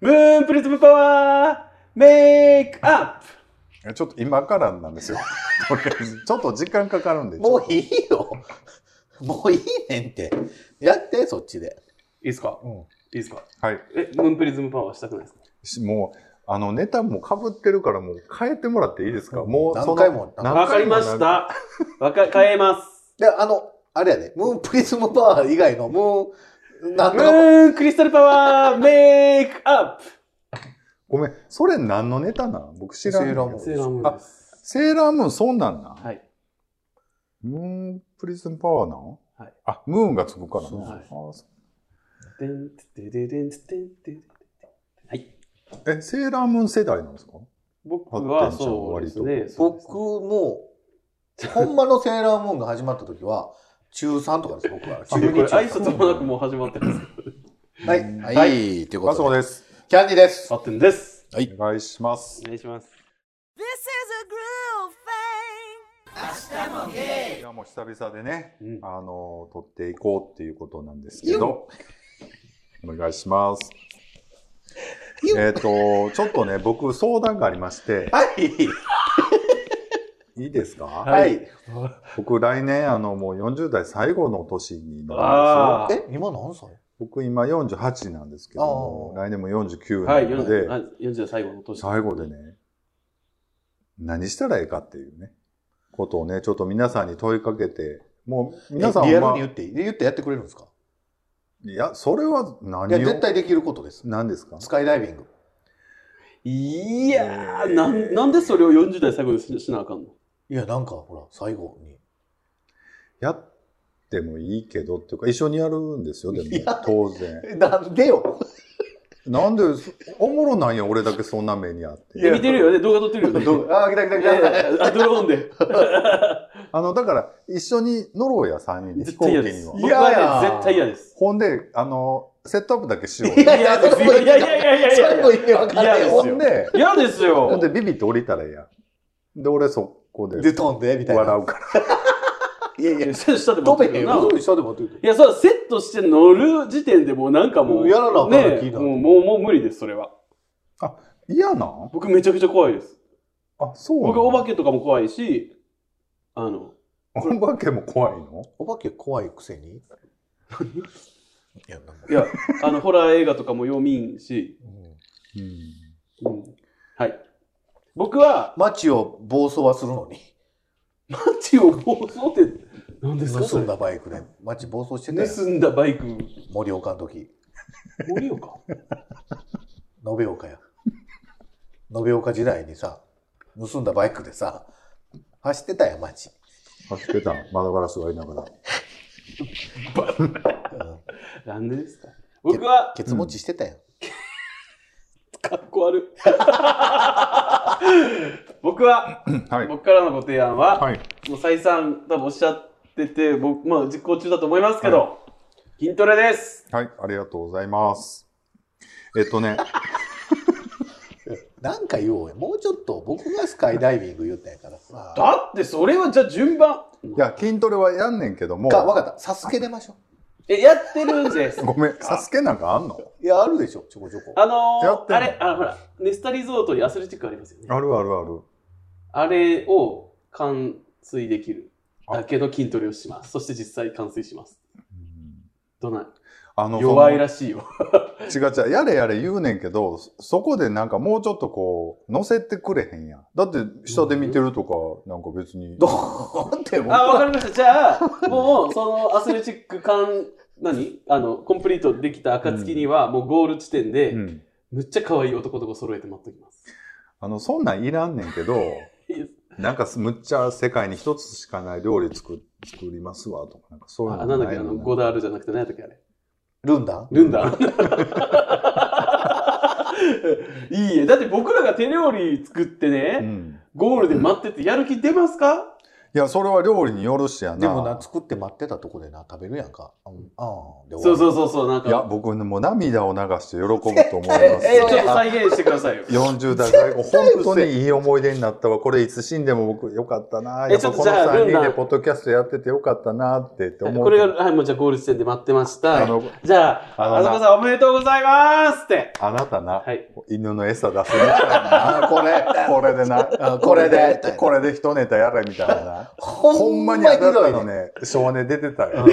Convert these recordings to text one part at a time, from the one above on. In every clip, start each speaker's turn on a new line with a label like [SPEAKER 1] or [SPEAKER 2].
[SPEAKER 1] ムーンプリズムパワーメイクアッ
[SPEAKER 2] いやちょっと今からなんですよ。 とりあえずちょっと時間かかるんで。
[SPEAKER 3] もう
[SPEAKER 2] い
[SPEAKER 3] いいよ。 もういいねんって。やって、そっちで。
[SPEAKER 1] プいいですか
[SPEAKER 2] うん
[SPEAKER 1] いいですか
[SPEAKER 2] はい。
[SPEAKER 1] え、ムーンプリズムパワーしたくないですか
[SPEAKER 2] しもう、あの、ネタも被ってるから、もう変えてもらっていいですかもうその、
[SPEAKER 3] 何回も
[SPEAKER 2] 何回も
[SPEAKER 1] わかりまし。た。わか、変えます。
[SPEAKER 3] で、あの、あれやで、ムーンプリズムパワー以外の、ムーン、なん
[SPEAKER 1] ム
[SPEAKER 3] とか、
[SPEAKER 1] ーンクリスタルパワーメイクアッ
[SPEAKER 2] ごめん、それ何のネタなん僕知らん。
[SPEAKER 3] セーラームー
[SPEAKER 1] プセ
[SPEAKER 3] ン
[SPEAKER 1] ーラームーンです。
[SPEAKER 2] セーラームーン、そんなんなん、
[SPEAKER 1] はい。
[SPEAKER 2] ムーンプリズムパワーなん、
[SPEAKER 1] はい
[SPEAKER 2] あ、ムーンがつくからな。
[SPEAKER 3] そう
[SPEAKER 1] はい
[SPEAKER 2] あそ
[SPEAKER 1] でんてんてんてんてんてんてんはい。
[SPEAKER 2] うえ、セーラームーン世代なんですか
[SPEAKER 1] 僕
[SPEAKER 2] あ
[SPEAKER 1] は
[SPEAKER 2] テンション
[SPEAKER 1] そうですね。そうです
[SPEAKER 3] 僕も、ほんまのセーラームーンが始まった時は、中3とかです、僕は。中
[SPEAKER 1] あ
[SPEAKER 3] 二
[SPEAKER 1] これ
[SPEAKER 3] 中
[SPEAKER 1] 挨
[SPEAKER 3] 三
[SPEAKER 1] 拶もなくもう始まってます。
[SPEAKER 3] はい。はい。
[SPEAKER 1] は
[SPEAKER 3] という
[SPEAKER 2] あ
[SPEAKER 3] こ
[SPEAKER 2] そ
[SPEAKER 3] と
[SPEAKER 2] う
[SPEAKER 3] で。
[SPEAKER 2] です。
[SPEAKER 3] キャンディです。
[SPEAKER 1] あってんです。
[SPEAKER 2] お願いします
[SPEAKER 1] お。願いします。
[SPEAKER 4] This is a groove thing.
[SPEAKER 2] いや、もう久々でね、
[SPEAKER 1] うん
[SPEAKER 2] あの、撮っていこうっていうことなんですけど、お願いします。えっと、ちょっとね、僕、相談がありまして、
[SPEAKER 3] はい。
[SPEAKER 2] いいですか
[SPEAKER 3] は。
[SPEAKER 1] はい
[SPEAKER 2] 僕、来年、あの、もう40代最後の年になるんですよ。
[SPEAKER 1] ああ。
[SPEAKER 3] え、今何歳
[SPEAKER 2] 僕、今48なんですけども、
[SPEAKER 3] あ
[SPEAKER 2] 来年も49
[SPEAKER 1] は、
[SPEAKER 2] ないので、
[SPEAKER 1] 40代最後の年。
[SPEAKER 2] 最後でね、何したらええかっていうね、ことをね、ちょっと皆さんに問いかけて、もう、皆さん
[SPEAKER 3] えリアル
[SPEAKER 2] は
[SPEAKER 3] に言っていい言ってやってくれるんですか
[SPEAKER 2] いや、それは何を
[SPEAKER 3] いや、絶対できることです。
[SPEAKER 2] 何ですか
[SPEAKER 3] スカイダイビング。
[SPEAKER 1] いやー、なん、なんでそれを40代最後にししなあかんの
[SPEAKER 3] いや、なんか、ほら、最後に。
[SPEAKER 2] やってもいいけどっていうか、一緒にやるんですよ、でも
[SPEAKER 3] いや、
[SPEAKER 2] 当然。
[SPEAKER 3] えなんでよ。
[SPEAKER 2] なんで、おもろないや、俺だけそんな目にあって。
[SPEAKER 3] いや
[SPEAKER 1] 見てるよね、動画撮ってるよね。
[SPEAKER 3] どあ、来た来た来
[SPEAKER 1] いやい
[SPEAKER 3] た。
[SPEAKER 1] やいやあドローンで。
[SPEAKER 2] あの、だから、一緒に乗ろうや、3人で、飛
[SPEAKER 1] 絶
[SPEAKER 2] 行
[SPEAKER 1] 対
[SPEAKER 2] 機
[SPEAKER 1] 嫌です。
[SPEAKER 2] には。
[SPEAKER 1] 僕は
[SPEAKER 3] 嫌や
[SPEAKER 1] ね、絶対嫌です。
[SPEAKER 2] ほんで、あの、セットアップだけしよう。
[SPEAKER 3] いやいや、
[SPEAKER 1] 嫌
[SPEAKER 3] そ
[SPEAKER 1] で
[SPEAKER 3] れ
[SPEAKER 1] す
[SPEAKER 3] も
[SPEAKER 1] よ。
[SPEAKER 3] 意
[SPEAKER 1] い
[SPEAKER 3] 味わ
[SPEAKER 1] や
[SPEAKER 3] か
[SPEAKER 1] い
[SPEAKER 3] んない
[SPEAKER 1] やいやいやいやいや。嫌です
[SPEAKER 3] それも意味わかんないよ。
[SPEAKER 2] ほ
[SPEAKER 1] よ
[SPEAKER 2] んで、
[SPEAKER 1] 嫌です
[SPEAKER 2] ほん
[SPEAKER 1] よ。
[SPEAKER 2] で、ビビって降りたらええやん。で、俺そこで
[SPEAKER 3] で、飛んで、みたいな。
[SPEAKER 2] 笑うから。
[SPEAKER 3] いやいや、
[SPEAKER 1] 下下でも撮
[SPEAKER 3] 飛
[SPEAKER 1] って
[SPEAKER 3] べ
[SPEAKER 1] る
[SPEAKER 3] へん
[SPEAKER 1] よな
[SPEAKER 3] よ。。下で待ってる。
[SPEAKER 1] いや、そう、セットして乗る時点でもうなんかもう。
[SPEAKER 3] やらなあかんな気
[SPEAKER 1] ね
[SPEAKER 3] になる
[SPEAKER 1] もう、もう、もう無理です、それは。
[SPEAKER 2] 嫌なん
[SPEAKER 1] 僕めちゃくちゃ怖いです。
[SPEAKER 2] あ、そうな
[SPEAKER 1] 僕、
[SPEAKER 2] の
[SPEAKER 1] お化けとかも怖いし、あの、
[SPEAKER 2] お化けも怖いの
[SPEAKER 3] お化け怖いくせに。いや、なんか
[SPEAKER 1] いや、あの、ホラー映画とかも読みんし、
[SPEAKER 3] うん
[SPEAKER 2] うん。
[SPEAKER 1] うんはい。僕は、
[SPEAKER 3] 街を暴走はするのに。
[SPEAKER 1] マッチ を暴走って、何ですかそ
[SPEAKER 3] 盗
[SPEAKER 1] れ
[SPEAKER 3] んだバイクで。街暴走してたよ。
[SPEAKER 1] 盗んだバイク、
[SPEAKER 3] 森岡の時。
[SPEAKER 1] 盛岡
[SPEAKER 3] 延岡や。延岡時代にさ、盗んだバイクでさ、走ってたよ、街。
[SPEAKER 2] 走ってた、窓ガラスがいながら。
[SPEAKER 3] うん
[SPEAKER 1] なんでですか僕は、
[SPEAKER 3] ケツ持ちしてたよ。
[SPEAKER 1] かっこ悪い。 僕は、
[SPEAKER 2] はい。
[SPEAKER 1] 僕からのご提案は、
[SPEAKER 2] はい。
[SPEAKER 1] もう再三多分おっしゃってて、僕、まあ実行中だと思いますけど、筋トレです。
[SPEAKER 2] はい、ありがとうございます。えっとね、
[SPEAKER 3] なんか言おうよ。もうちょっと僕がスカイダイビング言ったんやからさ。
[SPEAKER 1] だってそれはじゃあ順番。
[SPEAKER 2] いや、筋トレはやんねんけども、
[SPEAKER 3] か、わかった。サスケ出ましょ
[SPEAKER 1] え、やってるん です。
[SPEAKER 2] ごめん、サスケなんかあんの
[SPEAKER 3] う。いや、あるでしょ、ちょこちょこ。
[SPEAKER 1] あの
[SPEAKER 2] やって
[SPEAKER 1] ー、
[SPEAKER 2] んの
[SPEAKER 1] あれ、あのほら、ネスタリゾートにアスレチックありますよね。
[SPEAKER 2] あるあるある。
[SPEAKER 1] あれを完遂できるだけの筋トレをします。そして実際完遂します。どない
[SPEAKER 2] あの、
[SPEAKER 1] 弱いらしいよ。
[SPEAKER 2] その違う違う、やれやれ言うねんけど、そそこでなんかもうちょっとこう、乗せてくれへんやん。だって、下で見てるとか、なんか別に。
[SPEAKER 3] どうって僕
[SPEAKER 1] あ、わか
[SPEAKER 3] は
[SPEAKER 1] りました。じゃあ、もう、そのアスレチック完、何あの、コンプリートできた暁には、もうゴール地点で、
[SPEAKER 2] うん。
[SPEAKER 1] むっちゃ可愛い男とか揃えて待っときます。
[SPEAKER 2] あの、そんなんいらんねんけど、
[SPEAKER 1] いいです
[SPEAKER 2] なんかすむっちゃ世界に一つしかない料理作作りますわとか、なんかそういう
[SPEAKER 1] あ、
[SPEAKER 2] の
[SPEAKER 1] なんだっ
[SPEAKER 2] な
[SPEAKER 1] け、
[SPEAKER 2] い
[SPEAKER 1] あ
[SPEAKER 2] の
[SPEAKER 1] の、ゴダールじゃなくて何やったっけ、あれ。
[SPEAKER 3] ルンダン
[SPEAKER 1] ルン ダンいいえ。だって僕らが手料理作って
[SPEAKER 2] う
[SPEAKER 1] ね、
[SPEAKER 2] ん。
[SPEAKER 1] ゴールで待っててやる気出ますか
[SPEAKER 2] いいや、それは料理によるしやな。
[SPEAKER 3] でもな、作って待ってたとこでな、食べるやんか。うん。ああ。で
[SPEAKER 1] そう
[SPEAKER 3] う。
[SPEAKER 1] そうそうそう、なんか。
[SPEAKER 2] いや、僕ね、もう涙を流して喜ぶと思います
[SPEAKER 1] えー、
[SPEAKER 2] よ。
[SPEAKER 1] ちょっと再現してくださいよ。
[SPEAKER 2] 40代最後、本当にいい思い出になったわ。これいつ死んでも僕よかったな。
[SPEAKER 1] え
[SPEAKER 2] やっぱこの
[SPEAKER 1] ちょっとじゃあ
[SPEAKER 2] 3
[SPEAKER 1] ル
[SPEAKER 2] 人
[SPEAKER 1] ンダ
[SPEAKER 2] で
[SPEAKER 1] ン
[SPEAKER 2] ポッドキャストやっててよかったなってって思う。
[SPEAKER 1] これが、はい、もうじゃあゴール地点で待ってまし
[SPEAKER 2] あ
[SPEAKER 1] た。
[SPEAKER 2] の、
[SPEAKER 1] じゃ
[SPEAKER 2] あの
[SPEAKER 1] あ、
[SPEAKER 2] な
[SPEAKER 1] あそこさんおめでとうございますって。
[SPEAKER 2] あなたな、
[SPEAKER 1] はい。
[SPEAKER 2] 犬の餌出すみたいな。
[SPEAKER 3] あ、これ。
[SPEAKER 2] これでな、
[SPEAKER 3] あ
[SPEAKER 2] これ
[SPEAKER 3] これ
[SPEAKER 2] で
[SPEAKER 3] で、
[SPEAKER 2] これで一ネタやれみたいな。ほ
[SPEAKER 3] ほ
[SPEAKER 2] ん
[SPEAKER 3] ん
[SPEAKER 2] ま
[SPEAKER 3] ま
[SPEAKER 2] に
[SPEAKER 3] に
[SPEAKER 2] あ
[SPEAKER 3] あ
[SPEAKER 2] な
[SPEAKER 3] な
[SPEAKER 2] た
[SPEAKER 3] た
[SPEAKER 2] の
[SPEAKER 3] の
[SPEAKER 2] ね、少年出てたよ。
[SPEAKER 5] Todos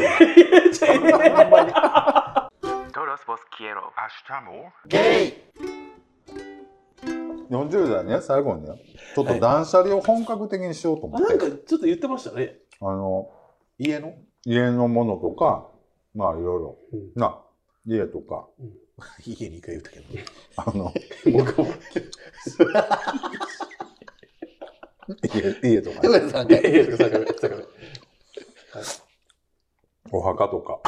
[SPEAKER 5] vos quiero. Hasta luego.
[SPEAKER 2] 40代ね、最後にね、ちょっと断捨離を本格的にしようと思
[SPEAKER 1] あ、
[SPEAKER 2] っ
[SPEAKER 1] なんか
[SPEAKER 2] て、
[SPEAKER 1] ちょっと言ってましたね。
[SPEAKER 2] あの、
[SPEAKER 3] 家の
[SPEAKER 2] 家のものとか、まあいろいろ、な、家とか、
[SPEAKER 3] 家に一回言ったけど。
[SPEAKER 2] あの、
[SPEAKER 1] 僕も。
[SPEAKER 2] 家家とかね、
[SPEAKER 3] 上さん
[SPEAKER 1] い
[SPEAKER 3] が
[SPEAKER 1] やいや、ごめんなさいごめんなさい ごめんなさい
[SPEAKER 2] お墓とか。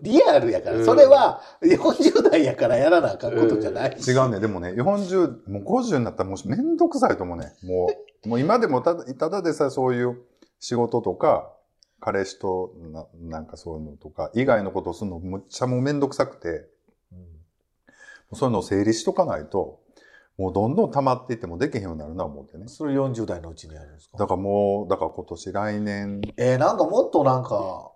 [SPEAKER 3] リアルやか
[SPEAKER 1] う
[SPEAKER 3] ら、
[SPEAKER 1] ん
[SPEAKER 3] それは40代やからやらなあかんことじゃないし。
[SPEAKER 2] 違うね。でもね、40、もう50になったらもうめんどくさいと思うね。もう、もう今でもただ、ただでさえそういう仕事とか、彼氏とな、なんかそういうのとか、以外のことをするのむっちゃもうめんどくさくて、そういうのを整理しとかないと、もうどんどん溜まっていってもできへんようになるな思ってね。
[SPEAKER 3] それ40代のうちにやるんです
[SPEAKER 2] だ
[SPEAKER 3] か
[SPEAKER 2] からもう、だから今年来年、
[SPEAKER 3] えー、なんかもっとなんか、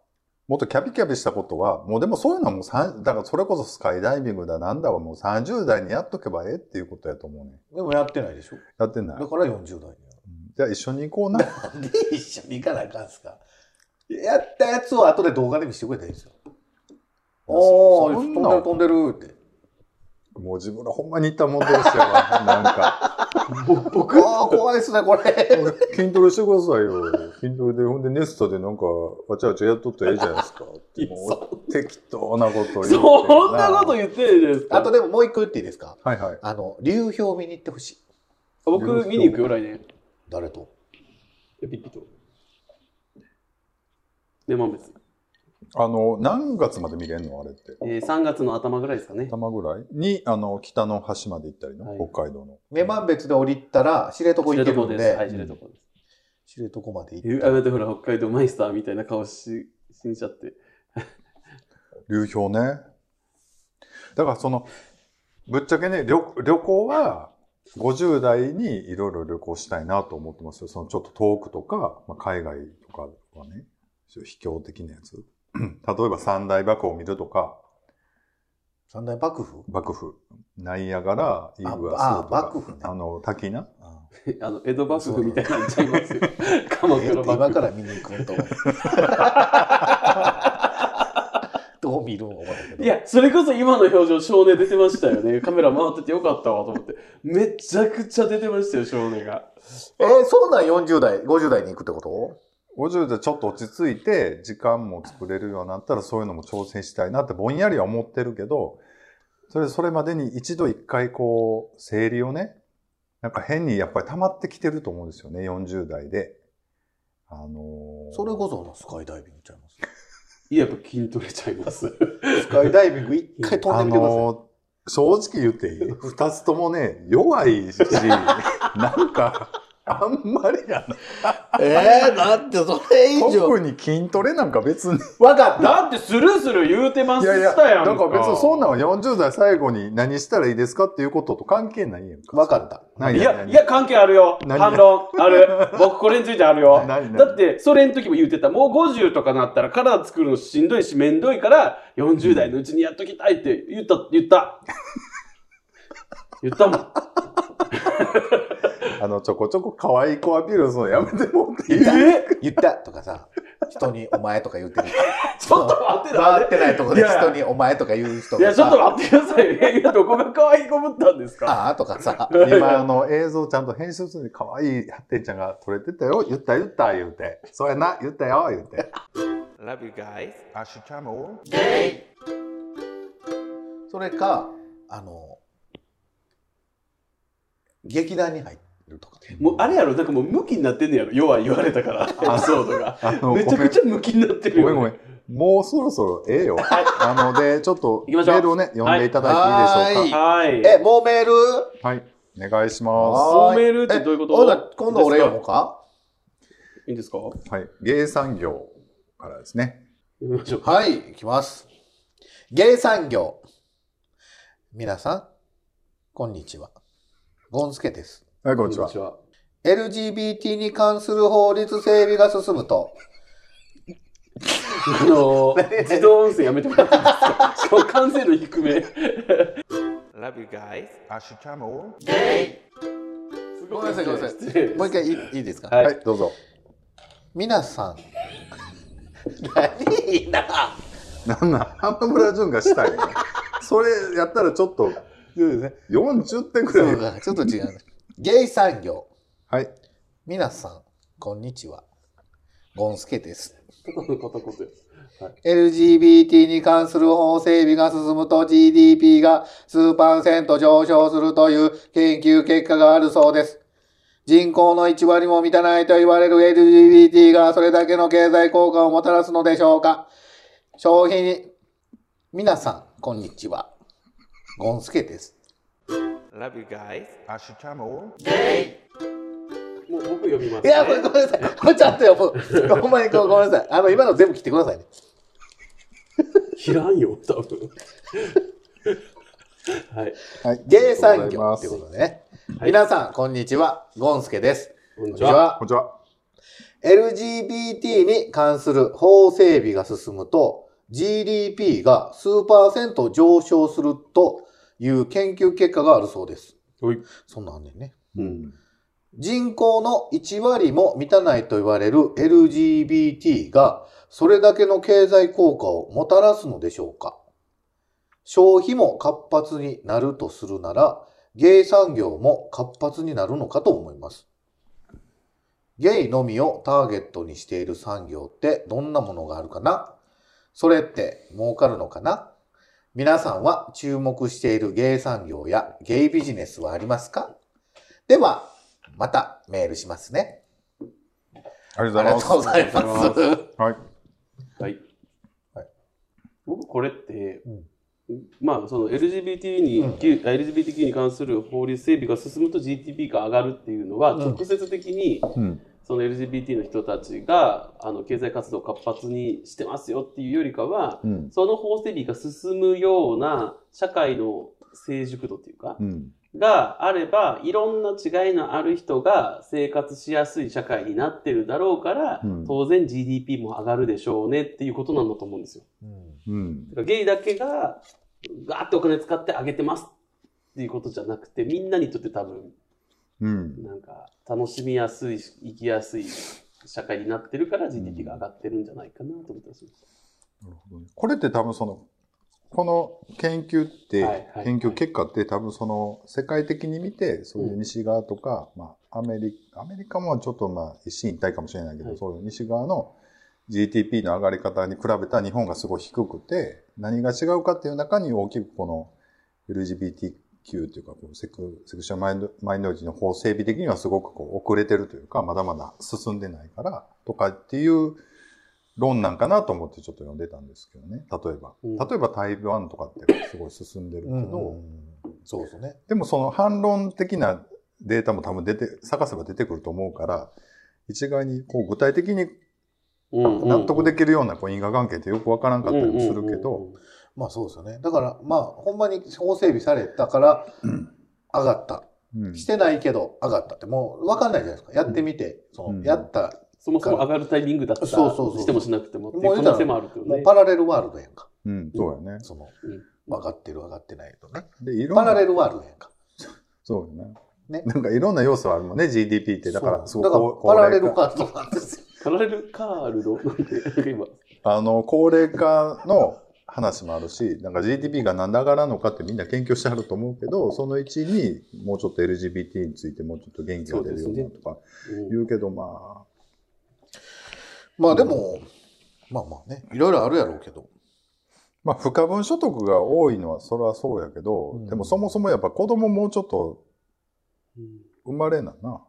[SPEAKER 2] もっとキャビキャビしたことは、もうでもそういうのはもう三だからそれこそスカイダイビングだなんだはもう30代にやっとけばええっていうことやと思うね。
[SPEAKER 3] でもやってないでしょ
[SPEAKER 2] やってない
[SPEAKER 3] だ。から40代にや
[SPEAKER 2] じゃあ一緒に行こうな。
[SPEAKER 3] る。なんで一緒に行かなあかんすかやったやつを後で動画で見せてくれたらいいですよ。お
[SPEAKER 2] そ
[SPEAKER 3] ー、飛
[SPEAKER 2] ん
[SPEAKER 3] ん
[SPEAKER 2] な
[SPEAKER 3] でる飛んでるって。
[SPEAKER 2] もう自分らほんまに行ったもんですよ。なんか。
[SPEAKER 3] 僕あー、怖いですね、これ。
[SPEAKER 2] 筋トレしてくださいよ。筋トレで、ほんでネストでなんか、わちゃわちゃやっとったらええじゃないですか。ってもう適当なこと言って
[SPEAKER 1] そんなこと言ってるじゃないですか。
[SPEAKER 3] あとでももう一個言っていいですか
[SPEAKER 2] はいはい。
[SPEAKER 3] あの、流氷見に行ってほしい。
[SPEAKER 1] 僕見に行くよ、来年。
[SPEAKER 3] 誰と
[SPEAKER 1] ピッピと。でも別に。
[SPEAKER 2] あの、何月まで見れんのあれって。
[SPEAKER 1] えー、3月の頭ぐらいですかね。
[SPEAKER 2] 頭ぐらいに、あの、北の端まで行ったりの、
[SPEAKER 1] はい
[SPEAKER 2] 北海道の。
[SPEAKER 3] 女満別で降りたら、知床行けるん
[SPEAKER 1] です。はい、
[SPEAKER 3] で、
[SPEAKER 1] 知床です。
[SPEAKER 3] 知床まで行
[SPEAKER 1] え
[SPEAKER 3] っ
[SPEAKER 1] あ
[SPEAKER 3] たら
[SPEAKER 1] なたほら、北海道マイスターみたいな顔し、死んじゃって。
[SPEAKER 2] 流氷ね。だからその、ぶっちゃけね、旅旅行は、50代にいろいろ旅行したいなと思ってますよ。そのちょっと遠くとか、まあ、海外とかはね、そういう秘境的なやつ。 例えば三大幕府を見るとか、
[SPEAKER 3] 三大幕府
[SPEAKER 2] 幕府、ナイアガラ、イグアスと
[SPEAKER 3] あ
[SPEAKER 2] か、
[SPEAKER 3] あ幕府ね
[SPEAKER 2] あの、滝な。
[SPEAKER 3] あ
[SPEAKER 1] あの、江戸幕府みたいになっちゃいますよ。鎌
[SPEAKER 3] え
[SPEAKER 1] 倉
[SPEAKER 3] ーって 今
[SPEAKER 1] 幕府。
[SPEAKER 3] から見に行くん と。どう見るん思ったけど。
[SPEAKER 1] いや、それこそ今の表情、少年出てましたよね。カメラ回っててよかったわと思って。めちゃくちゃ出てましたよ、少年が。
[SPEAKER 3] えー、そんなん40代、50代に行くってこと
[SPEAKER 2] 50でちょっと落ち着いて、時間も作れるようになったら、そういうのも挑戦したいなってぼんやりは思ってるけど、それ、それまでに一度一回こう、整理をね、なんか変にやっぱり溜まってきてると思うんですよね、40代で。あのー
[SPEAKER 3] それこそスカイダイビングちゃいます。
[SPEAKER 1] いや、やっぱ筋トレちゃいます。
[SPEAKER 3] スカイダイビング一回飛んでみてください。
[SPEAKER 2] あのー正直言っていい二つともね、弱い し、なんか、あんまりやな。
[SPEAKER 3] えー、だってそれ以上。
[SPEAKER 2] 特に筋トレなんか別に。
[SPEAKER 3] わかった。
[SPEAKER 1] だってスルースルー言うてま
[SPEAKER 2] い
[SPEAKER 1] した
[SPEAKER 2] やい
[SPEAKER 1] や
[SPEAKER 2] や、
[SPEAKER 1] んか。
[SPEAKER 2] だから別にそんなんは40代最後に何したらいいですかっていうことと関係ないやんか。
[SPEAKER 3] わかった。
[SPEAKER 2] ない
[SPEAKER 1] い
[SPEAKER 2] や
[SPEAKER 1] や、いや、関係あるよ。
[SPEAKER 2] 何
[SPEAKER 1] 反論。ある。僕、これについてあるよ。
[SPEAKER 2] 何何
[SPEAKER 1] だって、それの時も言ってた。もう50とかなったら体作るのしんどいし、めんどいから、40代のうちにやっときたいって言った、言った。言ったもん。
[SPEAKER 2] あの、ちょこちょこ可愛い子アピールするのやめてもっていう。
[SPEAKER 3] 言ったとかさ、人にお前とか言ってる。
[SPEAKER 1] ちょっと待ってな。あ
[SPEAKER 3] 回
[SPEAKER 1] れ
[SPEAKER 3] ってないとこで
[SPEAKER 1] いや
[SPEAKER 3] 人にお前とか言う人
[SPEAKER 1] いや、
[SPEAKER 3] が
[SPEAKER 1] ちょっと
[SPEAKER 3] さ、
[SPEAKER 1] 待ってください。いやいや、どこが可愛いこぶったんですか
[SPEAKER 3] ああとかさ、
[SPEAKER 2] 今、あの、映像ちゃんと編集するのに可愛いハッテンちゃんが撮れてたよ。言った言った言うて。そうやな、言ったよ、言うて。
[SPEAKER 5] Love you guys. Hasta luego.
[SPEAKER 3] それか、あの、劇団に入るとか。
[SPEAKER 1] もう、あれやろ、なんかもう、ムキになってんねやろ。弱い言われたから、エピソードが。
[SPEAKER 2] あの、
[SPEAKER 1] めちゃくちゃムキになってる
[SPEAKER 2] ご
[SPEAKER 1] よ
[SPEAKER 2] めん
[SPEAKER 1] ね。
[SPEAKER 2] ごめん。もうそろそろええよ。なので、ちょっと メ
[SPEAKER 1] 行きましょう
[SPEAKER 2] ールをね、読んでいただいていいでしょうか。
[SPEAKER 1] はい。
[SPEAKER 3] え、もうメール
[SPEAKER 2] はい。お願いします。
[SPEAKER 1] そうメールってどういうこと
[SPEAKER 3] えほな今度俺読もうか
[SPEAKER 1] いいんですか
[SPEAKER 2] はい。芸産業からですね。
[SPEAKER 1] 読みましょうか。
[SPEAKER 3] はい、いきます。芸産業。皆さん、こんにちは。ゴンスケです。
[SPEAKER 2] はい、こ
[SPEAKER 1] こ
[SPEAKER 2] んにちは。
[SPEAKER 1] は。
[SPEAKER 3] LGBT に関する法律整備が進むと、
[SPEAKER 1] あのー、自動音声やめてもらっていいです かしかも完成度低め。
[SPEAKER 5] Love you guys. Ashutamo.
[SPEAKER 1] す
[SPEAKER 3] ごめんなさいごめんなさい
[SPEAKER 1] 失礼
[SPEAKER 3] もう一回いいいいですか、
[SPEAKER 1] はい
[SPEAKER 2] はい、どうぞ。
[SPEAKER 3] 皆さん。何いいな
[SPEAKER 2] なんなん、浜村淳がしたい の。それやったらちょっと
[SPEAKER 3] そうですね。
[SPEAKER 2] 40点く
[SPEAKER 3] そう
[SPEAKER 2] らい。
[SPEAKER 3] か、ちょっと違うね。ゲイ産業。
[SPEAKER 2] はい。
[SPEAKER 3] 皆さん、こんにちは。ゴンスケです。
[SPEAKER 1] 片言
[SPEAKER 3] LGBT に関する法整備が進むと GDP が数パーセント上昇するという研究結果があるそうです。人口の1割も満たないと言われる LGBT がそれだけの経済効果をもたらすのでしょうか消費に、皆さん、こんにちは。ゴンスケです。
[SPEAKER 5] Love you guys. Ashutamo.
[SPEAKER 1] もう僕読みます、
[SPEAKER 3] い
[SPEAKER 1] ね。
[SPEAKER 3] や、これごめんなさい。これちゃんと読む。ほんまにこうごめんなさい。あの、今の全部切ってくださいね。
[SPEAKER 1] いらんよ、多分。 はい。
[SPEAKER 2] はい。
[SPEAKER 3] 芸産業
[SPEAKER 2] あ
[SPEAKER 3] って
[SPEAKER 2] り
[SPEAKER 3] こ
[SPEAKER 2] がうございます
[SPEAKER 3] とでね。皆さん、こんにちは。ゴンスケです。
[SPEAKER 1] こんに
[SPEAKER 3] こん
[SPEAKER 1] ち
[SPEAKER 3] にち
[SPEAKER 1] は。
[SPEAKER 2] こん
[SPEAKER 3] は。
[SPEAKER 2] にちは。
[SPEAKER 3] LGBT に関する法整備が進むと、GDP が数パーセント上昇するという研究結果があるそうです。
[SPEAKER 1] はい
[SPEAKER 3] そんなんあんねんね。
[SPEAKER 1] うん。
[SPEAKER 3] 人口の1割も満たないと言われる LGBT がそれだけの経済効果をもたらすのでしょうか消費も活発になるとするなら、ゲイ産業も活発になるのかと思います。ゲイのみをターゲットにしている産業ってどんなものがあるかなそれって儲かるのかな皆さんは注目しているゲイ産業やゲイビジネスはありますかでは、またメールしますね。
[SPEAKER 2] あり
[SPEAKER 3] あ
[SPEAKER 2] がと
[SPEAKER 3] りが
[SPEAKER 2] う
[SPEAKER 3] とう
[SPEAKER 2] ご
[SPEAKER 3] ご
[SPEAKER 2] ざい
[SPEAKER 3] ざいます。
[SPEAKER 2] ます。はい。
[SPEAKER 1] はい。
[SPEAKER 3] はい
[SPEAKER 1] 僕、これって、
[SPEAKER 3] うん
[SPEAKER 1] まあ、その LGBT に、
[SPEAKER 3] うん
[SPEAKER 1] LGBTQ に関する法律整備が進むと GDP が上がるっていうのは、
[SPEAKER 3] うん
[SPEAKER 1] 直接的に、
[SPEAKER 2] うん。
[SPEAKER 1] その LGBT の人たちが、あの、経済活動を活発にしてますよっていうよりかは、
[SPEAKER 2] うん。
[SPEAKER 1] その法整備が進むような社会の成熟度というか
[SPEAKER 2] う、ん。
[SPEAKER 1] があれば、いろんな違いのある人が生活しやすい社会になってるだろうから、
[SPEAKER 2] うん
[SPEAKER 1] 当然 GDP も上がるでしょうねっていうことなんだと思うんですよ。
[SPEAKER 2] うん
[SPEAKER 1] だ。からゲイだけが、ガーってお金使ってあげてますっていうことじゃなくて、みんなにとって多分、
[SPEAKER 2] うん。
[SPEAKER 1] なんか、楽しみやすいし、生きやすい社会になってるから GDP が上がってるんじゃないかなと思ったりしまし
[SPEAKER 2] なるほどねこれって多分その、この研究って、
[SPEAKER 1] はいはい
[SPEAKER 2] 研究結果って多分その、世界的に見て、そういう西側とか、まあ、アメリカ、アメリカもちょっとまあ、一進一退かもしれないけど、
[SPEAKER 1] はい
[SPEAKER 2] そういう西側の GDP の上がり方に比べた日本がすごい低くて、何が違うかっていう中に大きくこの LGBTQ というか、こうセクセクシュアルマイノマイノリティの法整備的にはすごくこう遅れてるというか、まだまだ進んでないから、とかっていう論なんかなと思ってちょっと読んでたんですけどね、例えば。
[SPEAKER 1] うん
[SPEAKER 2] 例えば台湾とかってすごい進んでるけ
[SPEAKER 3] う
[SPEAKER 2] ど、
[SPEAKER 3] んそうですね。
[SPEAKER 2] でもその反論的なデータも多分出て、探せば出てくると思うから、一概にこう具体的に
[SPEAKER 1] た。
[SPEAKER 2] 納得
[SPEAKER 1] で
[SPEAKER 2] できるようなこう因果関係ってよくわからんかったりもするけど、、
[SPEAKER 3] まあそうですよね。だから、まあ、ほんまに法整備されたから、上がった。
[SPEAKER 2] うん
[SPEAKER 3] してないけど、上がったって、もう分かんないじゃないですか。やってみて、そ
[SPEAKER 2] うん
[SPEAKER 3] の、やった、
[SPEAKER 1] そもそも上がるタイミングだった
[SPEAKER 3] そうそうそう
[SPEAKER 1] してもしなくてもっていう
[SPEAKER 3] もう
[SPEAKER 1] 可
[SPEAKER 3] 言うた
[SPEAKER 1] 能
[SPEAKER 3] ら
[SPEAKER 1] 性もあるけど
[SPEAKER 3] も
[SPEAKER 1] ね
[SPEAKER 3] う。パラレルワールドやんか。
[SPEAKER 2] うん、そうやね。
[SPEAKER 3] その
[SPEAKER 1] うん、
[SPEAKER 3] 上がってる上がってないとね。
[SPEAKER 2] で、いろん
[SPEAKER 3] パ
[SPEAKER 2] な
[SPEAKER 3] ラレルワールドやんか。
[SPEAKER 2] そうよね。
[SPEAKER 3] ね
[SPEAKER 2] なんかいろんな要素あるもんね、GDP って。だから、す
[SPEAKER 3] そ
[SPEAKER 2] ご
[SPEAKER 3] う
[SPEAKER 2] く
[SPEAKER 3] だから
[SPEAKER 2] こう
[SPEAKER 3] パラレル
[SPEAKER 2] 高齢
[SPEAKER 3] ワールドなんですよ。
[SPEAKER 1] パラレルカールドなんて、なんか今、
[SPEAKER 2] 化あの、高齢化の話もあるし、なんか GDP が何だからんのかってみんな研究してはると思うけど、そのうちにもうちょっと LGBT についてもうちょっと元気が出るようなとか言うけど、ま
[SPEAKER 3] まあでも、まあまあね、いろいろあるやろうけど。
[SPEAKER 2] あ、まあ、不可分所得が多いのはそれはそうやけど、
[SPEAKER 3] うん
[SPEAKER 2] でもそもそもやっぱ子供もうちょっと
[SPEAKER 1] うん
[SPEAKER 2] 生まれなな。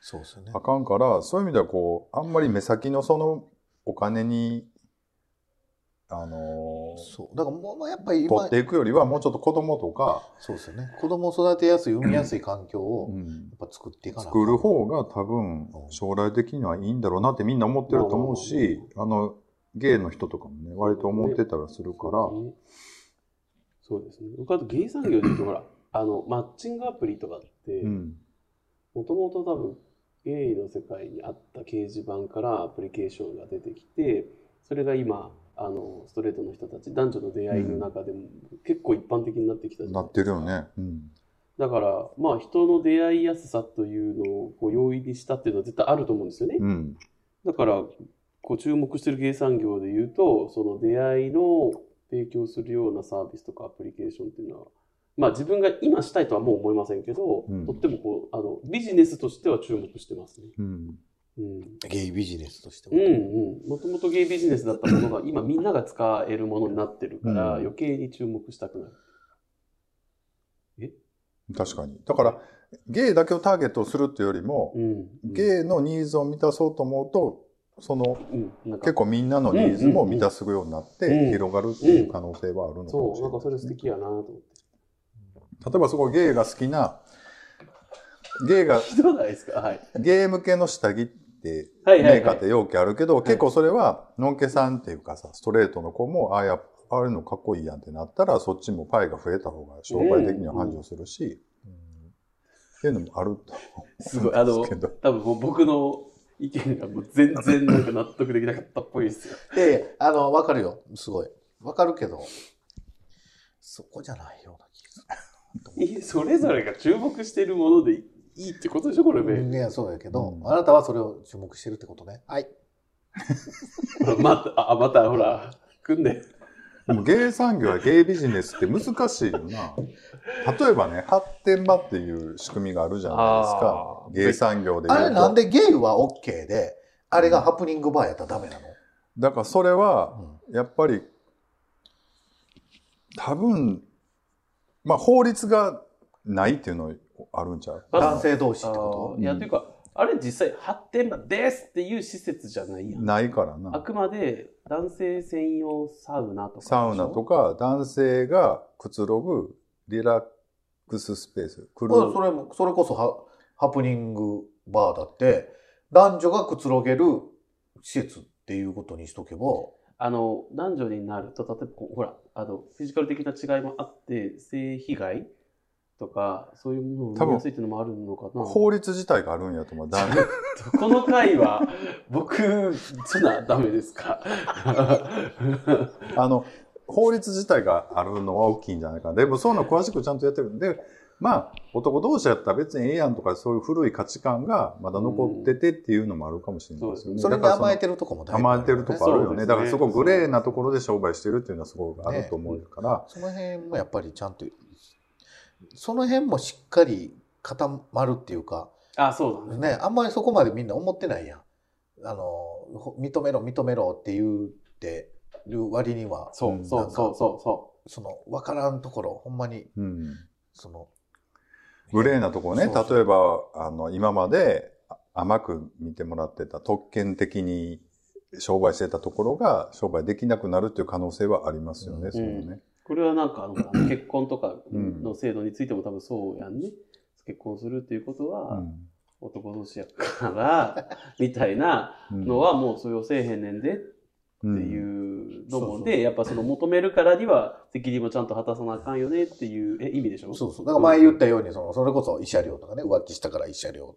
[SPEAKER 3] そうですよね
[SPEAKER 2] あかんから、そういう意味ではこう、あんまり目先のそのお金にあの
[SPEAKER 3] そう。だからもう、まあやっぱり
[SPEAKER 2] ー
[SPEAKER 3] 今、
[SPEAKER 2] 取っていくよりは、もうちょっと子供とか、
[SPEAKER 3] そうですよね。子供を育てやすい、産みやすい環境を、や
[SPEAKER 2] うん
[SPEAKER 3] っぱ作っていかなあかん
[SPEAKER 2] 作る方が多分、将来的にはいいんだろうなってみんな思ってると思うし、あの、ゲイの人とかもね、割と思ってたりするから、
[SPEAKER 1] そうですね。僕あとゲイ産業で言うと、ほら、あの、マッチングアプリとかって
[SPEAKER 2] う、ん。
[SPEAKER 1] もともと多分、ゲイの世界にあった掲示板からアプリケーションが出てきて、それが今、あの、ストレートの人たち、男女の出会いの中でも結構一般的になってきたじゃ
[SPEAKER 2] な
[SPEAKER 1] ない
[SPEAKER 2] っ
[SPEAKER 1] で
[SPEAKER 2] て
[SPEAKER 1] す
[SPEAKER 2] る
[SPEAKER 1] か
[SPEAKER 2] よ。ね。うん。
[SPEAKER 1] だから、まあ、人の出会いやすさというのをこう容易にしたっていうのは絶対あると思うんですよね。
[SPEAKER 2] うん。
[SPEAKER 1] だから、こう注目してる芸産業で言うと、その出会いの提供するようなサービスとかアプリケーションっていうのは、まあ自分が今したいとはもう思いませんけど、
[SPEAKER 2] うん
[SPEAKER 1] とってもこう、あの、ビジネスとしては注目してますね。
[SPEAKER 2] うん。
[SPEAKER 1] うん。
[SPEAKER 3] ゲイビジネスとして
[SPEAKER 1] うんうん。もともとゲイビジネスだったものが今みんなが使えるものになってるから、
[SPEAKER 2] うん
[SPEAKER 1] 余計に注目したくなる。
[SPEAKER 2] 確かに。だから、ゲイだけをターゲットをするっていうよりも、
[SPEAKER 1] うん。
[SPEAKER 2] ゲイのニーズを満たそうと思うと、その、
[SPEAKER 1] うん。なんか
[SPEAKER 2] 結構みんなのニーズも満たすようになって、
[SPEAKER 1] うん
[SPEAKER 2] 広がるっていう可能性はあるのか
[SPEAKER 1] そ
[SPEAKER 2] も
[SPEAKER 1] う、
[SPEAKER 2] し
[SPEAKER 1] な
[SPEAKER 2] れ
[SPEAKER 1] んかそれ
[SPEAKER 2] な
[SPEAKER 1] 素
[SPEAKER 2] い、
[SPEAKER 1] 敵やなと思って。
[SPEAKER 2] 例えばすごいゲイが好きな、ゲイが、
[SPEAKER 1] ひどないですかはい。
[SPEAKER 2] ゲイ向けの下着って、
[SPEAKER 1] はいは
[SPEAKER 2] メー
[SPEAKER 1] い、
[SPEAKER 2] カ
[SPEAKER 1] は
[SPEAKER 2] ーっ
[SPEAKER 1] い
[SPEAKER 2] て。容器あるけど、結構それは、のんけさんっていうかさ、ストレートの子も、ああや、あれのかっこいいやんってなったら、そっちもパイが増えた方が商売的には繁盛するし、うんっていうのもあると
[SPEAKER 1] すごい、あ
[SPEAKER 2] 思うん
[SPEAKER 1] の
[SPEAKER 2] ですけ、ど。
[SPEAKER 1] 多分もう僕の意見がもう全然なんか納得できなかったっぽいですよ。
[SPEAKER 3] で、あの、わかるよ。すごい。わかるけど、そこじゃないような気がす
[SPEAKER 1] いそれぞれが注目しているものでいいってことでしょ、これ
[SPEAKER 3] る。
[SPEAKER 1] ね。
[SPEAKER 3] ね、そうだけど、
[SPEAKER 2] うん
[SPEAKER 3] あなたはそれを注目してるってことね。はい。
[SPEAKER 1] ほら、また、あ、また、ほら、組んで。
[SPEAKER 2] でもゲイ産業やゲイビジネスって難しいよな。例えばね、発展場っていう仕組みがあるじゃないですか
[SPEAKER 5] あ。ー
[SPEAKER 2] ゲイ産業で言う
[SPEAKER 3] あ
[SPEAKER 2] と。
[SPEAKER 3] れなんでゲイは OK で、あれがハプニングバーやったらダメなの、
[SPEAKER 2] だからそれは、やっぱり、多分、まあ法律がないっていうのあるんちゃう
[SPEAKER 1] あ
[SPEAKER 3] 男性同士ってこ
[SPEAKER 1] いや、というか、あれ実際、発展場ですっていう施設じゃないやん。
[SPEAKER 2] ないから
[SPEAKER 1] あ
[SPEAKER 2] な。
[SPEAKER 1] くまで男性専用サウナとか。
[SPEAKER 2] サウナとか、男性がくつろぐリラックススペース。ク
[SPEAKER 3] と
[SPEAKER 2] ル
[SPEAKER 3] それも、それこそハハプニングバーだって、男女がくつろげる施設っていうことにしとけば、
[SPEAKER 1] あの、男女になると、例えばこう、ほら、あの、フィジカル的な違いもあって、性被害とか、そういうものを生みやすいっていうのもあるのかな。
[SPEAKER 2] 法律自体があるんやと思う。男 女
[SPEAKER 1] この回は、僕、 そんなダメですか。
[SPEAKER 2] あの、法律自体があるのは大きいんじゃないかな。でもそういうの詳しくちゃんとやってるんで、まあ、男同士やったら別にええやんとか、そういう古い価値観がまだ残っててっていうのもあるかもしれないですよね。
[SPEAKER 3] それに
[SPEAKER 2] だから
[SPEAKER 3] 甘えてるとこも
[SPEAKER 2] そ
[SPEAKER 3] 大
[SPEAKER 2] の甘えてるとこあるよ
[SPEAKER 1] そうですね
[SPEAKER 2] ね。だからすごいグレーなところで商売してるっていうのはすごいあると思うから、
[SPEAKER 3] その辺もやっぱりちゃんと、その辺もしっかり固まるっていうか、
[SPEAKER 1] あ、そうだね。
[SPEAKER 3] ね、あんまりそこまでみんな思ってないやん。あの、ほ認めろ、認めろって言ってる割には、
[SPEAKER 1] そうそうそうそうそ
[SPEAKER 3] その、わからんところ、ほんまに、
[SPEAKER 2] うん
[SPEAKER 3] その、
[SPEAKER 2] グレーなところね、
[SPEAKER 3] そうそう
[SPEAKER 2] 例えば、あの、今まであ甘く見てもらってた、特権的に商売してたところが商売できなくなるっていう可能性はありますよね、
[SPEAKER 3] うん
[SPEAKER 2] そういうのね。
[SPEAKER 1] う。これはなんか、あのほら結婚とかの制度についても多分そうやんね。結婚するっていうこと
[SPEAKER 2] う
[SPEAKER 1] は、
[SPEAKER 2] ん
[SPEAKER 1] 男同士やから、 みたいな
[SPEAKER 2] うん
[SPEAKER 1] のはもうそれをせえへんねんでって
[SPEAKER 2] うん
[SPEAKER 1] いうの
[SPEAKER 3] うん
[SPEAKER 1] も
[SPEAKER 3] そうそう
[SPEAKER 1] で、やっぱその求めるからには責任もちゃんと果たさなあかんよねっていう、え、意味でしょ
[SPEAKER 3] そうそう。だから前言ったように、その、それこそ慰謝料とかね、浮気したから慰謝料。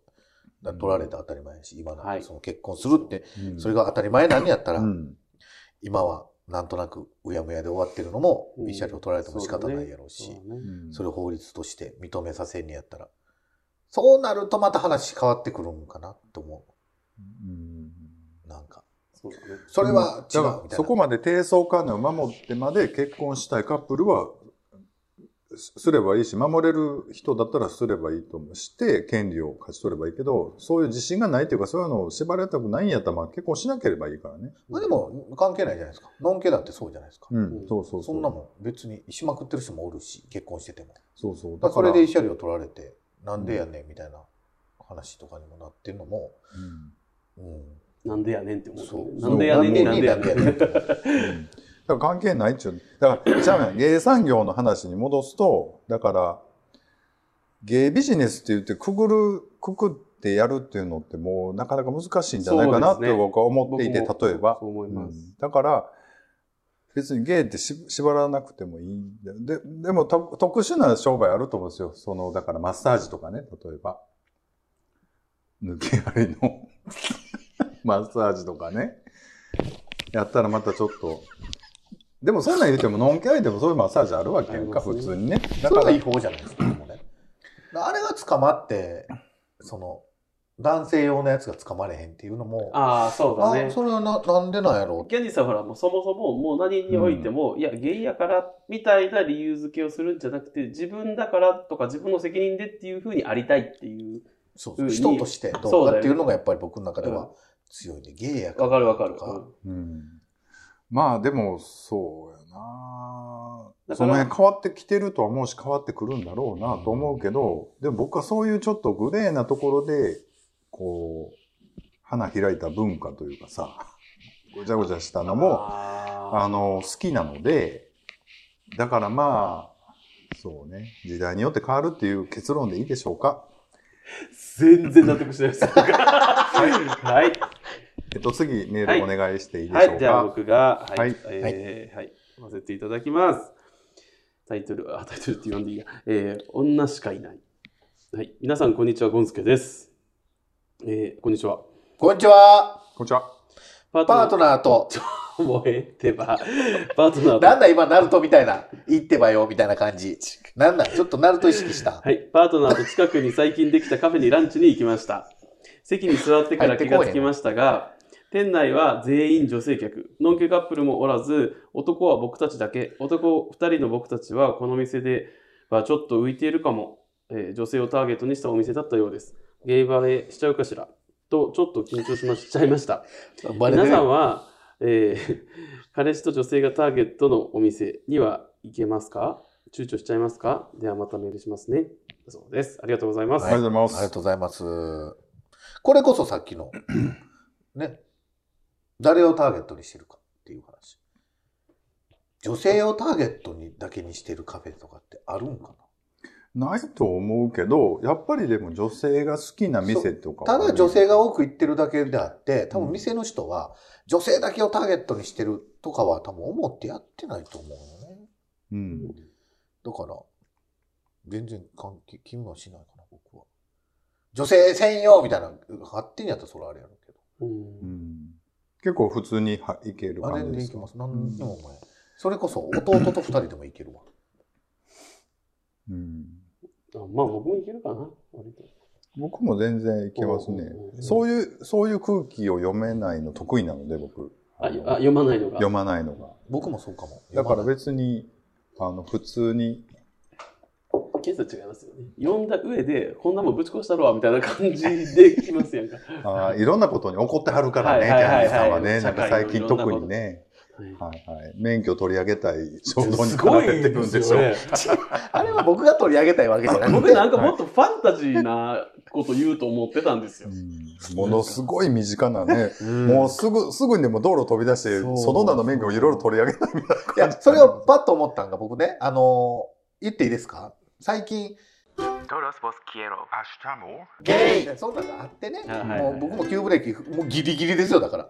[SPEAKER 3] だから取られて当たり前やし、今の、
[SPEAKER 1] はい
[SPEAKER 3] その結婚するって、
[SPEAKER 2] うん
[SPEAKER 3] それが当たり前なんやったら、
[SPEAKER 2] うん
[SPEAKER 3] 今はなんとなくうやむやで終わってるのも、慰謝料取られても仕方ないやろうし、
[SPEAKER 1] そうだね
[SPEAKER 2] うん
[SPEAKER 3] それを法律として認めさせんにやったら、そうなるとまた話変わってくるんかなと思
[SPEAKER 2] うん
[SPEAKER 3] う。なんか。
[SPEAKER 1] そうだね。
[SPEAKER 3] それは違う
[SPEAKER 2] だ
[SPEAKER 3] み
[SPEAKER 2] か
[SPEAKER 3] たい
[SPEAKER 2] ら
[SPEAKER 3] な。
[SPEAKER 2] そこまで低層観念を守ってまで結婚したいカップルはすすればいいし守れる人だったらすればいいと思うして権利を勝ち取ればいいけどそういう自信がないというかそういうのを縛られたくないんやったらまあ結婚しなければいいからね。
[SPEAKER 3] まあでも関係ないじゃないですか。のんけだってそうじゃないですか。
[SPEAKER 2] うん、そうそう
[SPEAKER 3] そ
[SPEAKER 2] そうん
[SPEAKER 3] なもん別にしまくってる人もおるし、結婚してても。
[SPEAKER 2] そうそう
[SPEAKER 3] ま
[SPEAKER 2] だ
[SPEAKER 3] あ
[SPEAKER 2] か
[SPEAKER 3] そ
[SPEAKER 2] ら
[SPEAKER 3] れで慰謝料取られて、なんでやねんみたいな話とかにもなってるのも、
[SPEAKER 2] うん
[SPEAKER 3] うん。
[SPEAKER 1] なんでやねんって思うよね。
[SPEAKER 3] そう
[SPEAKER 1] なんでやねんに
[SPEAKER 3] そう
[SPEAKER 1] なんでやねん。
[SPEAKER 3] なんでやねん
[SPEAKER 2] うんだから関係ないっちゅう。だから、じゃあね、芸産業の話に戻すと、だから、芸ビジネスって言ってくぐる、くくってやるっていうのってもうなかなか難しいんじゃないかな
[SPEAKER 1] そ
[SPEAKER 2] っ
[SPEAKER 1] うで
[SPEAKER 2] て
[SPEAKER 1] すね
[SPEAKER 2] 僕は思っていて、
[SPEAKER 1] 僕も
[SPEAKER 2] 例えば
[SPEAKER 1] そ。う思います。
[SPEAKER 2] うんだから、別に芸ってし縛らなくてもいいんだよで、でもと特殊な商売あると思うんですよ。その、だからマッサージとかね、例えば。抜け張りの マッサージとかね。やったらまたちょっと。でもそんなん入れても、ノンキャリでもそういうマッサージあるわけやんか、
[SPEAKER 1] あります
[SPEAKER 2] 普
[SPEAKER 1] ね
[SPEAKER 2] 通にね。だ
[SPEAKER 3] そ
[SPEAKER 2] か
[SPEAKER 3] れ
[SPEAKER 2] ら
[SPEAKER 3] が違法じゃないですか、でもね。あれが捕まって、その、男性用のやつが捕まれへんっていうのも、
[SPEAKER 1] ああ、そうだね
[SPEAKER 3] あ。それはななんでなんやろう
[SPEAKER 1] ギャニーさんほら、もうそもそももう何においても、いや、ゲイやからみたいな理由付けをするんじゃなくて、自分だからとか自分の責任でっていうふうにありたいっていう。
[SPEAKER 3] そう
[SPEAKER 1] うん
[SPEAKER 3] 人としてど
[SPEAKER 1] そううだ
[SPEAKER 3] か
[SPEAKER 1] よ
[SPEAKER 3] っていうのがやっぱり僕の中で
[SPEAKER 1] う
[SPEAKER 3] は強いね。ゲイや
[SPEAKER 1] わかるわかる。
[SPEAKER 3] とか
[SPEAKER 2] うんまあでもそうやな
[SPEAKER 1] だ
[SPEAKER 2] そ
[SPEAKER 1] から
[SPEAKER 2] の辺変わってきてるとは思うし変わってくるんだろうなと思うけど、でも僕はそういうちょっとグレーなところでこう花開いた文化というかさごちゃごちゃしたのもあ
[SPEAKER 1] あ
[SPEAKER 2] の好きなのでだからまあそうね時代によって変わるっていう結論でいいでしょうか
[SPEAKER 1] ー全然納得しないです。はい。
[SPEAKER 2] えっと次メールお願いしていいで
[SPEAKER 1] は
[SPEAKER 2] しょ
[SPEAKER 1] い、
[SPEAKER 2] う
[SPEAKER 1] じ
[SPEAKER 2] か、
[SPEAKER 1] ゃあ僕が、は
[SPEAKER 2] はいい、
[SPEAKER 1] えーはい、読ませていただきます。タイトル、あ、タイトルって呼んでいいや。えー女しかいない。はい、皆さん、こんにちは、ゴンスケです。えーこんにちは。
[SPEAKER 3] こんにちは
[SPEAKER 2] こんにちは
[SPEAKER 1] パー
[SPEAKER 3] パートナーと、
[SPEAKER 1] ー。もうええってば、パートナーと
[SPEAKER 3] なんだ今、ナルトみたいな、言ってばよ、みたいな感じ。なんだちょっとナルト意識した。
[SPEAKER 1] はい、パートナーと近くに最近できたカフェにランチに行きました。席に座ってから気がつきましたが、店内は全員女性客、ノンケカップルもおらず、男は僕たちだけ、男2人の僕たちはこの店ではちょっと浮いているかも、えー女性をターゲットにしたお店だったようです。ゲイバレしちゃうかしらと、ちょっと緊張しましちゃいました。
[SPEAKER 3] バレ
[SPEAKER 1] 皆
[SPEAKER 3] てる
[SPEAKER 1] さんは、えー彼氏と女性がターゲットのお店には行けますか躊躇しちゃいますかではまたメールしますね。そうです。ありがとうございます。
[SPEAKER 2] ありがとうご
[SPEAKER 3] あ
[SPEAKER 2] ざいま
[SPEAKER 3] りが
[SPEAKER 2] す
[SPEAKER 3] とうございます。これこそさっきの、ね、誰をターゲットにしてるかっていう話。女性をターゲットにだけにしてるカフェとかってあるんか
[SPEAKER 2] ないと思うけど、やっぱりでも女性が好きな店とか
[SPEAKER 3] なた
[SPEAKER 2] はあ
[SPEAKER 3] だ
[SPEAKER 2] る
[SPEAKER 3] 女性が多く行ってるだけであって、多分店の人は女性だけをターゲットにしてるとかは多分思ってやってないと思うよね。
[SPEAKER 2] うん。
[SPEAKER 3] だから、全然関係、気分はしないかな、僕は。女性専用みたいな、勝手にやったらそれはあれやろうけど。
[SPEAKER 1] うん
[SPEAKER 2] うん結構普通にはいける
[SPEAKER 3] あれ
[SPEAKER 2] 感じ
[SPEAKER 3] で
[SPEAKER 2] で
[SPEAKER 3] い
[SPEAKER 2] す
[SPEAKER 3] き
[SPEAKER 2] か
[SPEAKER 3] ます。何でもお前。それこそ弟と二人でもいけるわ。
[SPEAKER 2] うん。
[SPEAKER 1] あまあ僕もいけるかな。割と
[SPEAKER 2] 僕も全然いけますね
[SPEAKER 1] おうおうお。う
[SPEAKER 2] そういう、そういう空気を読めないの得意なので、僕。
[SPEAKER 1] あ
[SPEAKER 2] あの
[SPEAKER 1] あ読まないのが。
[SPEAKER 2] 読まないのが。
[SPEAKER 3] 僕もそうかも。
[SPEAKER 2] だから
[SPEAKER 3] 読
[SPEAKER 2] 別に、あの、普通に、
[SPEAKER 1] ケンさん違いますよね。読んだ上で、こんなもんぶち越したろみたいな感じで来ますやんか。
[SPEAKER 2] あーいろんなことに怒ってはるからね、
[SPEAKER 1] は
[SPEAKER 2] キ
[SPEAKER 1] いはいはい
[SPEAKER 2] ャ
[SPEAKER 1] はい
[SPEAKER 2] ンディーさんはね、なんか
[SPEAKER 1] 社会
[SPEAKER 2] 最
[SPEAKER 1] の
[SPEAKER 2] 近特にね、
[SPEAKER 1] はい
[SPEAKER 2] はいはい。免許取り上げたい衝動に
[SPEAKER 1] す
[SPEAKER 2] 駆
[SPEAKER 1] ご
[SPEAKER 2] ら
[SPEAKER 1] い
[SPEAKER 2] れてる
[SPEAKER 1] で
[SPEAKER 2] ん
[SPEAKER 1] す
[SPEAKER 2] でしょ
[SPEAKER 1] よ。ね。
[SPEAKER 3] まないあれは僕が取り上げたいわけじゃなく
[SPEAKER 1] 僕
[SPEAKER 3] て。
[SPEAKER 1] なんかもっとファンタジーなこと言うと思ってたんですよ。
[SPEAKER 2] うんものすごい身近なね、
[SPEAKER 3] うん
[SPEAKER 2] もうすぐ、すぐにでも道路飛び出して、
[SPEAKER 3] そう
[SPEAKER 2] その名の免許をいろいろ取り上げないみたい
[SPEAKER 3] いや、それをパッと思ったんが僕ね、あのー言っていいですか最近、
[SPEAKER 5] Todos vos quiero. Ashtamor.
[SPEAKER 3] ゲイそんなのがあってね、
[SPEAKER 1] はいはいはい
[SPEAKER 3] もう僕も急ブレーキ、もうギリギリですよ、だから。
[SPEAKER 2] な。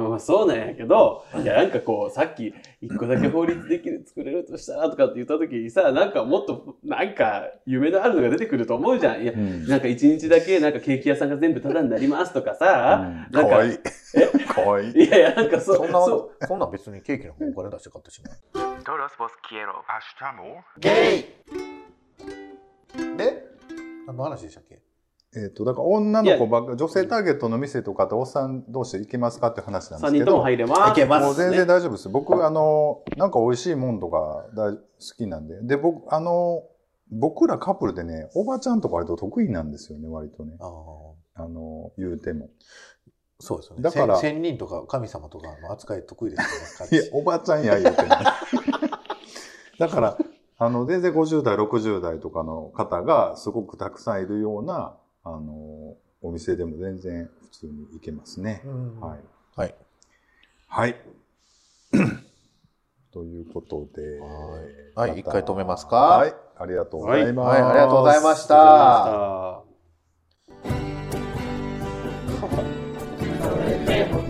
[SPEAKER 1] まあまあそうなんやけど、いやなんかこう、さっき一個だけ法律できる、作れるとしたらとかって言った時にさ、なんかもっと、なんか夢のあるのが出てくると思うじゃん。いや、
[SPEAKER 2] うん
[SPEAKER 1] なんか一日だけなんかケーキ屋さんが全部タダになりますとかさ、
[SPEAKER 2] か
[SPEAKER 1] なんか
[SPEAKER 2] わいい。かわいい。
[SPEAKER 1] いやいや、なんかそ
[SPEAKER 3] そんな
[SPEAKER 1] そ、
[SPEAKER 3] そんなん別にケーキの方お金出して買ってしまう。
[SPEAKER 5] Todos vos quiero. Ashtamor.
[SPEAKER 3] ゲイで、何の話でしたっけ
[SPEAKER 2] えっと、だから女の子ばっか、女性ターゲットの店とかっておっさん同士行きますかって話なん
[SPEAKER 1] う、
[SPEAKER 2] で
[SPEAKER 1] 3
[SPEAKER 2] すけ
[SPEAKER 1] 人とも
[SPEAKER 2] ど、
[SPEAKER 1] 入れます。
[SPEAKER 3] いけます
[SPEAKER 2] もう全然
[SPEAKER 1] ね
[SPEAKER 2] 大丈夫ですよ。僕、あの、なんか美味しいもんとか大好きなんで、で、僕、あの、僕らカップルでね、おばちゃんとか割と得意なんですよね、割とね。
[SPEAKER 3] ああ、
[SPEAKER 2] あの、言うても。
[SPEAKER 3] そうですよね。
[SPEAKER 2] だから
[SPEAKER 3] せん仙人とか神様とかの扱い得意ですよ
[SPEAKER 2] い
[SPEAKER 3] ね彼
[SPEAKER 2] や
[SPEAKER 3] 氏。、
[SPEAKER 2] おばちゃんや言うてない だから、あの、全然50代、60代とかの方がすごくたくさんいるような、あの、お店でも全然普通に行けますね。
[SPEAKER 3] うん
[SPEAKER 2] はい。
[SPEAKER 3] はい。
[SPEAKER 2] はい。ということで。
[SPEAKER 3] はいはい
[SPEAKER 2] また
[SPEAKER 3] 一回止めますか
[SPEAKER 2] はい。ありがとうございます。
[SPEAKER 3] はいはいありがとうございました
[SPEAKER 1] あ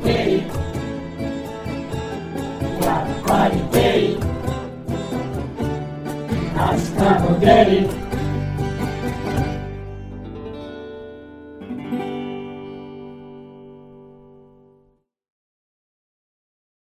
[SPEAKER 6] 明日もデイ